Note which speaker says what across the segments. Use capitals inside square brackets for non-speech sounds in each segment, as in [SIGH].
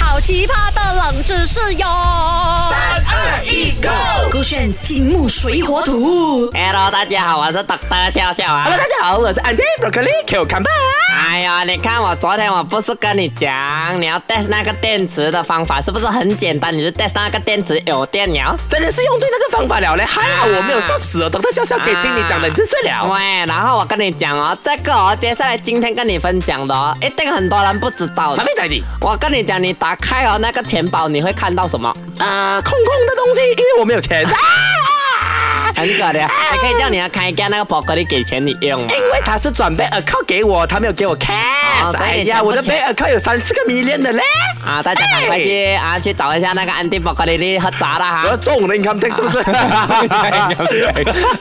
Speaker 1: 好奇葩的冷知识哟！三
Speaker 2: 二一，Go！
Speaker 1: 勾选金木水火土。
Speaker 3: Hello，大家好，我是 Dr. 笑笑啊。
Speaker 2: Hello，大家好，我是 Andy Broccoli Q 康巴。
Speaker 3: 哎呀，你看我昨天我不是跟你讲，你要 test 那个电池的方法是不是很简单？你就 test 那个电池有电了。
Speaker 2: 真的是用对那个方法了嘞，还好我没有笑死哦。Dr. 笑笑可以听你讲冷知识了。
Speaker 3: 对，然后我跟你讲哦，这个哦，接下来今天跟你分享的哦，一定很多人不知道
Speaker 2: 什
Speaker 3: 的
Speaker 2: 么。代志？
Speaker 3: 我跟你讲，你打开哦那个钱包，你会看到什么？
Speaker 2: 呃，空空的东西，因为我没有
Speaker 3: [LAUGHS]
Speaker 2: 钱。啊
Speaker 3: 很可怜，
Speaker 2: 哎
Speaker 3: 还可以叫你要开一个那个宝格丽给钱你用啊嘛。
Speaker 2: 因为他是转 bank account 给我，他没有给我 cash。
Speaker 3: 哦所以你
Speaker 2: 哎
Speaker 3: 全
Speaker 2: 呀，
Speaker 3: 部
Speaker 2: 我的
Speaker 3: 钱
Speaker 2: bank account 有三四个 million 的嘞。
Speaker 3: 啊，大家赶快去啊去找一下那个安迪宝格丽丽喝砸了哈
Speaker 2: 我。要中我的 income tax 是不是？
Speaker 3: [LAUGHS]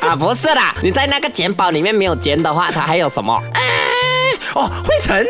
Speaker 3: 啊，不是啦，你在那个钱包里面没有钱的话，它还有什么？
Speaker 2: 哦，灰尘，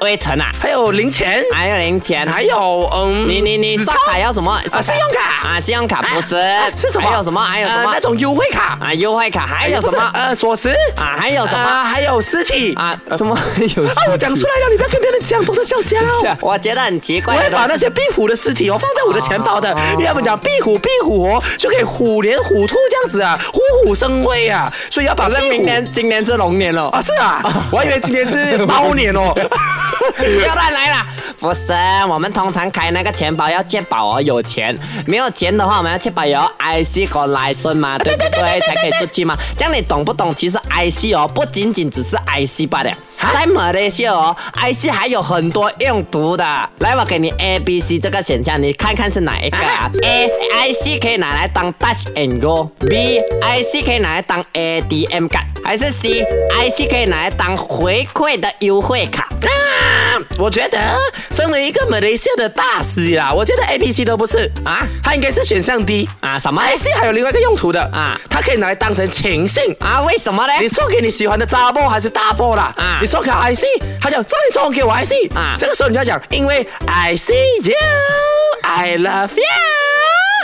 Speaker 3: 灰尘啊，
Speaker 2: 还有零钱，
Speaker 3: 哎还有零钱，
Speaker 2: 还有嗯，
Speaker 3: 你你你
Speaker 2: 纸
Speaker 3: 刷
Speaker 2: 钞
Speaker 3: 卡要什么？刷
Speaker 2: 啊，信用卡。
Speaker 3: 啊，信用卡不是
Speaker 2: 啊啊，是什么？
Speaker 3: 还有什么？还有什
Speaker 2: 呃
Speaker 3: 么
Speaker 2: 那？种优惠卡，
Speaker 3: 啊，优惠卡还有什
Speaker 2: 不是
Speaker 3: 么？
Speaker 2: 呃，锁匙
Speaker 3: 啊，还有什么？
Speaker 2: 啊，还有尸体啊！
Speaker 3: 啊，怎
Speaker 2: [LAUGHS]
Speaker 3: 么有？
Speaker 2: 我讲出来了，你不要跟别人讲，懂得笑笑。
Speaker 3: 我觉得很奇
Speaker 2: 啊我
Speaker 3: 怪
Speaker 2: 会
Speaker 3: 的
Speaker 2: 把
Speaker 3: 东
Speaker 2: 那
Speaker 3: 西。
Speaker 2: 些壁虎的尸体哦放在我的钱包的，
Speaker 3: 哦
Speaker 2: 因为他们讲壁虎壁虎哦就可以虎年虎兔这样子啊，虎虎生威啊，所以要把
Speaker 3: 反正
Speaker 2: 壁
Speaker 3: 明
Speaker 2: 虎
Speaker 3: 年今年是龙年了
Speaker 2: 啊，是啊，
Speaker 3: 哦
Speaker 2: 我还以为今年是猫年
Speaker 3: [LAUGHS]
Speaker 2: 哦。
Speaker 3: 不要乱来啦！不是，我们通常开那个钱包要确保哦有钱，没有钱的话，我们要确保有 IC 和来顺嘛，对不对？才可以出去嘛。这样你懂不懂？其实 IC 哦，不仅仅只是 IC 罢了。在马来西亚哦，IC 还有很多用途的。来，我给你 A、B、C 这个选项，你看看是哪一个啊？A IC 可以拿来当 Touch and Go，B IC 可以拿来当 ATM 卡，还是 C IC 可以拿来当回馈的优惠卡？
Speaker 2: 啊我觉得身为一个马来西亚的大师啦，我觉得 A、B、C 都不是
Speaker 3: 啊
Speaker 2: 啊，它应该是选项 D
Speaker 3: 啊什么
Speaker 2: I C 还有另外一个用途的
Speaker 3: 啊
Speaker 2: 啊，它可以拿来当成情信。
Speaker 3: 啊？为什么呢？
Speaker 2: [LAUGHS] 你送给你喜欢的渣波还是大波啦？
Speaker 3: 啊
Speaker 2: 啊，你送给 I C，他讲这你送给我 I C，
Speaker 3: 啊
Speaker 2: 啊，这个时候你就要讲，因为 I see you，I love
Speaker 3: [LAUGHS]
Speaker 2: you，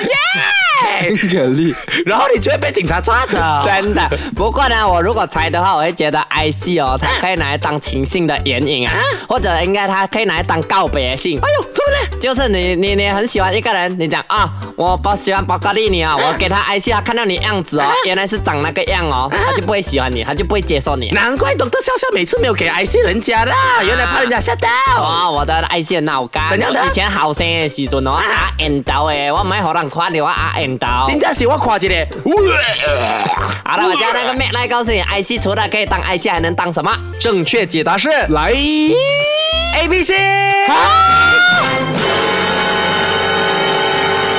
Speaker 2: 耶、
Speaker 3: 可力，
Speaker 2: 然后你就会被警察抓走。哎
Speaker 3: 真 [LAUGHS] 的。不过呢，我如果猜的话，我会觉得 IC 哦，它可以拿来当情信的眼影啊，或者应该它可以拿来当告别信。
Speaker 2: 哎呦，怎么了？
Speaker 3: 就是你你你很喜欢一个人，你讲啊、我不喜欢宝格丽你啊、我给他 IC，他看到你样子哦，原来是长那个样哦，他就不会喜欢你，他就不会接受你。
Speaker 2: 难怪懂得笑笑每次没有给 I C 人家啦，原来怕人家吓到。
Speaker 3: 啊哦，我的 IC 很好干，
Speaker 2: 怎样的
Speaker 3: 我以前后生的时阵哦，啊 N 到诶，我唔系好人夸你，我啊 N 到。
Speaker 2: 真正是我夸一个，
Speaker 3: [LAUGHS] 好了，我叫那个 Mac 来告诉你，IC 除了可以当 IC，还能当什么？正确解答是
Speaker 2: 来
Speaker 3: A B C。
Speaker 4: 啊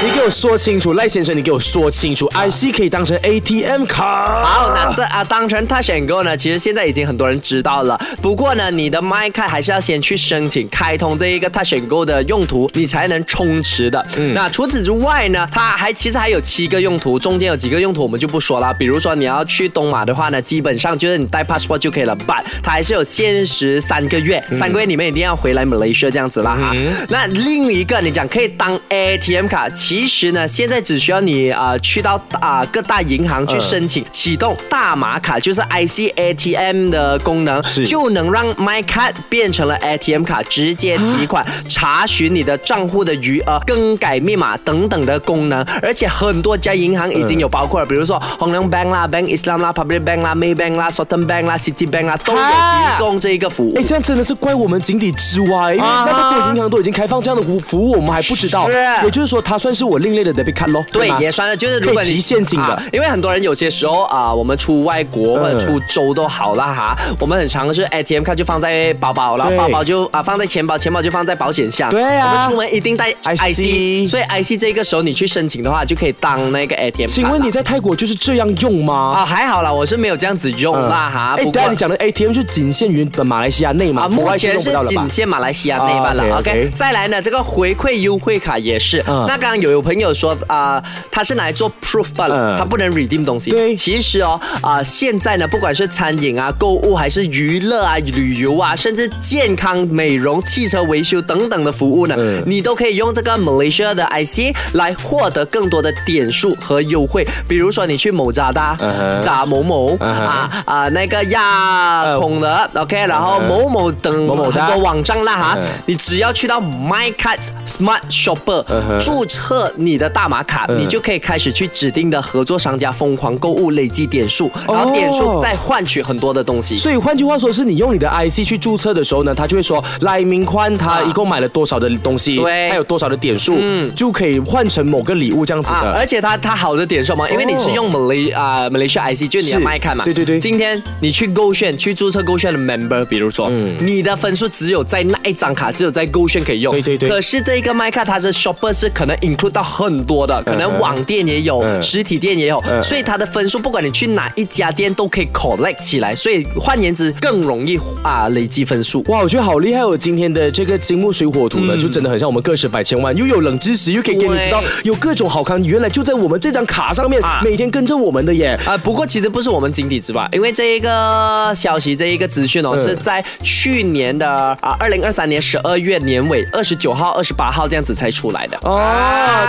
Speaker 2: 你给我说清楚，赖先生，你给我说清楚，IC 可以当成 ATM 卡。
Speaker 4: 好，那的啊，当成他选购呢，其实现在已经很多人知道了。不过呢，你的麦卡还是要先去申请开通这一个他选购的用途，你才能充值的。那除此之外呢，它还其实还有七个用途，中间有几个用途我们就不说了。比如说你要去东马的话呢，基本上就是你带 passport 就可以了，but 它还是有限时三个月，三个月里面一定要回来 Malaysia 这样子啦哈。那另一个你讲可以当 ATM 卡，其实呢，现在只需要你啊、呃去到啊、各大银行去申请、启动大马卡，就是 IC ATM 的功能，就能让 MyCard 变成了 ATM 卡，直接提款、查询你的账户的余额、更改密码等等的功能。而且很多家银行已经有包括了，比如说红龙 Bank 啦、Bank Islam 啦、Public Bank 啦、Maybank 啦、Southern Bank 啦、City Bank 啦，都有提供这一个服务
Speaker 5: 哎，。这样真的是怪我们井底之蛙，因为
Speaker 4: 啊
Speaker 5: 那么多银行都已经开放这样的服服务，我们还不知道。
Speaker 4: 是
Speaker 5: 也就是说，它算是我另类的 debit card 咯。
Speaker 4: 对
Speaker 5: 吗，
Speaker 4: 也算是，就是如果
Speaker 5: 可以
Speaker 4: 你
Speaker 5: 提现金的
Speaker 4: 啊因为很多人有些时候啊，我们出外国
Speaker 5: 嗯
Speaker 4: 或者出州都好啦哈，我们很常是 ATM 卡就放在包包，然后
Speaker 5: 对
Speaker 4: 包包就啊放在钱包，钱包就放在保险箱。
Speaker 5: 对啊
Speaker 4: 我们出门一定带 IC，
Speaker 5: IC
Speaker 4: 所以 IC 这个时候你去申请的话，就可以当那个 ATM 卡啦。
Speaker 5: 请问你在泰国就是这样用吗？
Speaker 4: 啊还好啦，我是没有这样子用啦哈。
Speaker 5: 哎，等
Speaker 4: 不过
Speaker 5: 下你讲的 ATM 就仅限于本马来西亚内嘛，
Speaker 4: 啊，
Speaker 5: 国
Speaker 4: 目
Speaker 5: 外
Speaker 4: 前
Speaker 5: 用不
Speaker 4: 是
Speaker 5: 到了吧
Speaker 4: 仅？限马来西亚那一半了。
Speaker 5: 啊
Speaker 4: OK，
Speaker 5: ，OK，OK
Speaker 4: 再来呢，这个回馈优惠卡也是。
Speaker 5: 嗯
Speaker 4: 那刚刚有朋友说啊，他是拿来做 proof 罢了，
Speaker 2: 嗯
Speaker 4: 他不能 redeem 东西。
Speaker 2: 对
Speaker 4: 其实哦啊，现在呢，不管是餐饮啊、购物还是娱乐啊、旅游啊，甚至健康、美容、汽车维修等等的服务呢，
Speaker 2: 嗯
Speaker 4: 你都可以用这个 Malaysia 的 IC 来获得更多的点数和优惠。比如说你去某扎达
Speaker 2: 哼、
Speaker 4: 扎某某
Speaker 2: 嗯哼
Speaker 4: 啊啊那个亚孔的 OK，然后某某等
Speaker 2: 嗯某某
Speaker 4: 很
Speaker 2: 的
Speaker 4: 多网站啦哈
Speaker 2: 嗯，
Speaker 4: 你只要去到 MyCard Smart Shopper
Speaker 2: 哼嗯
Speaker 4: 注册你的大马卡，你就可以开始去指定的合作商家疯狂购物，累积点数，然后点
Speaker 2: 哦
Speaker 4: 数再换取很多的东西。
Speaker 2: 所以换句话说，是你用你的 IC 去注册的时候呢，他就会说赖明宽他一共买了多少的东西，
Speaker 4: 啊对嗯
Speaker 2: 他有多少的点数，就可以换成某个礼物这样子
Speaker 4: 啊
Speaker 2: 的。，哦
Speaker 4: 而且它它好的点是什么？因为你是用马来啊马来西亚 IC，就是你的
Speaker 2: 是
Speaker 4: My 看嘛。
Speaker 2: 对对对
Speaker 4: 今天你去勾选去注册勾选的 member，比如说，
Speaker 2: 嗯
Speaker 4: 你的分数只有在那一张卡，只有在勾选可以用。
Speaker 2: 对对对
Speaker 4: 可是这一个 My 看它是 shopper 是可能 include 到很多的，可能网店也有，
Speaker 2: 嗯
Speaker 4: 实体店也有，
Speaker 2: 嗯
Speaker 4: 所以它的分数不管你去哪一家店都可以 collect 起来，所以换言之更容易啊累积分数。
Speaker 2: 哇，我觉得好厉害哦！今天的这个金木水火土呢，就真的很像我们个十百千万，又有冷知识，又可以给你
Speaker 4: 嗯对
Speaker 2: 知道有各种好康，原来就在我们这张卡上面，
Speaker 4: 啊
Speaker 2: 每天跟着我们的耶。
Speaker 4: [LAUGHS] 啊、不过其实不是我们井底之蛙，因为这一个消息，这一个资讯哦，是在去年的啊，二零二三年十二月年尾二十九号、二十八号这样子才出来的。
Speaker 2: 哦，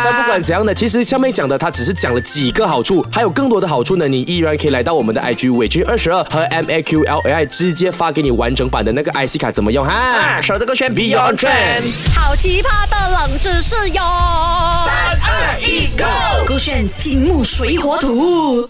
Speaker 2: 但不管怎样呢，其实下面讲的他只是讲了几个好处，还有更多的好处呢，你依然可以来到我们的 IG 伪军二十二和 MAQLAI 直接发给你完整版的那个 IC 卡怎么用哈
Speaker 4: 啊，？手这个圈
Speaker 2: Beyond
Speaker 4: Beyond
Speaker 2: Trend
Speaker 4: Trend。
Speaker 1: 好奇葩的冷知识哟！三二一，Go！勾选金木水火土。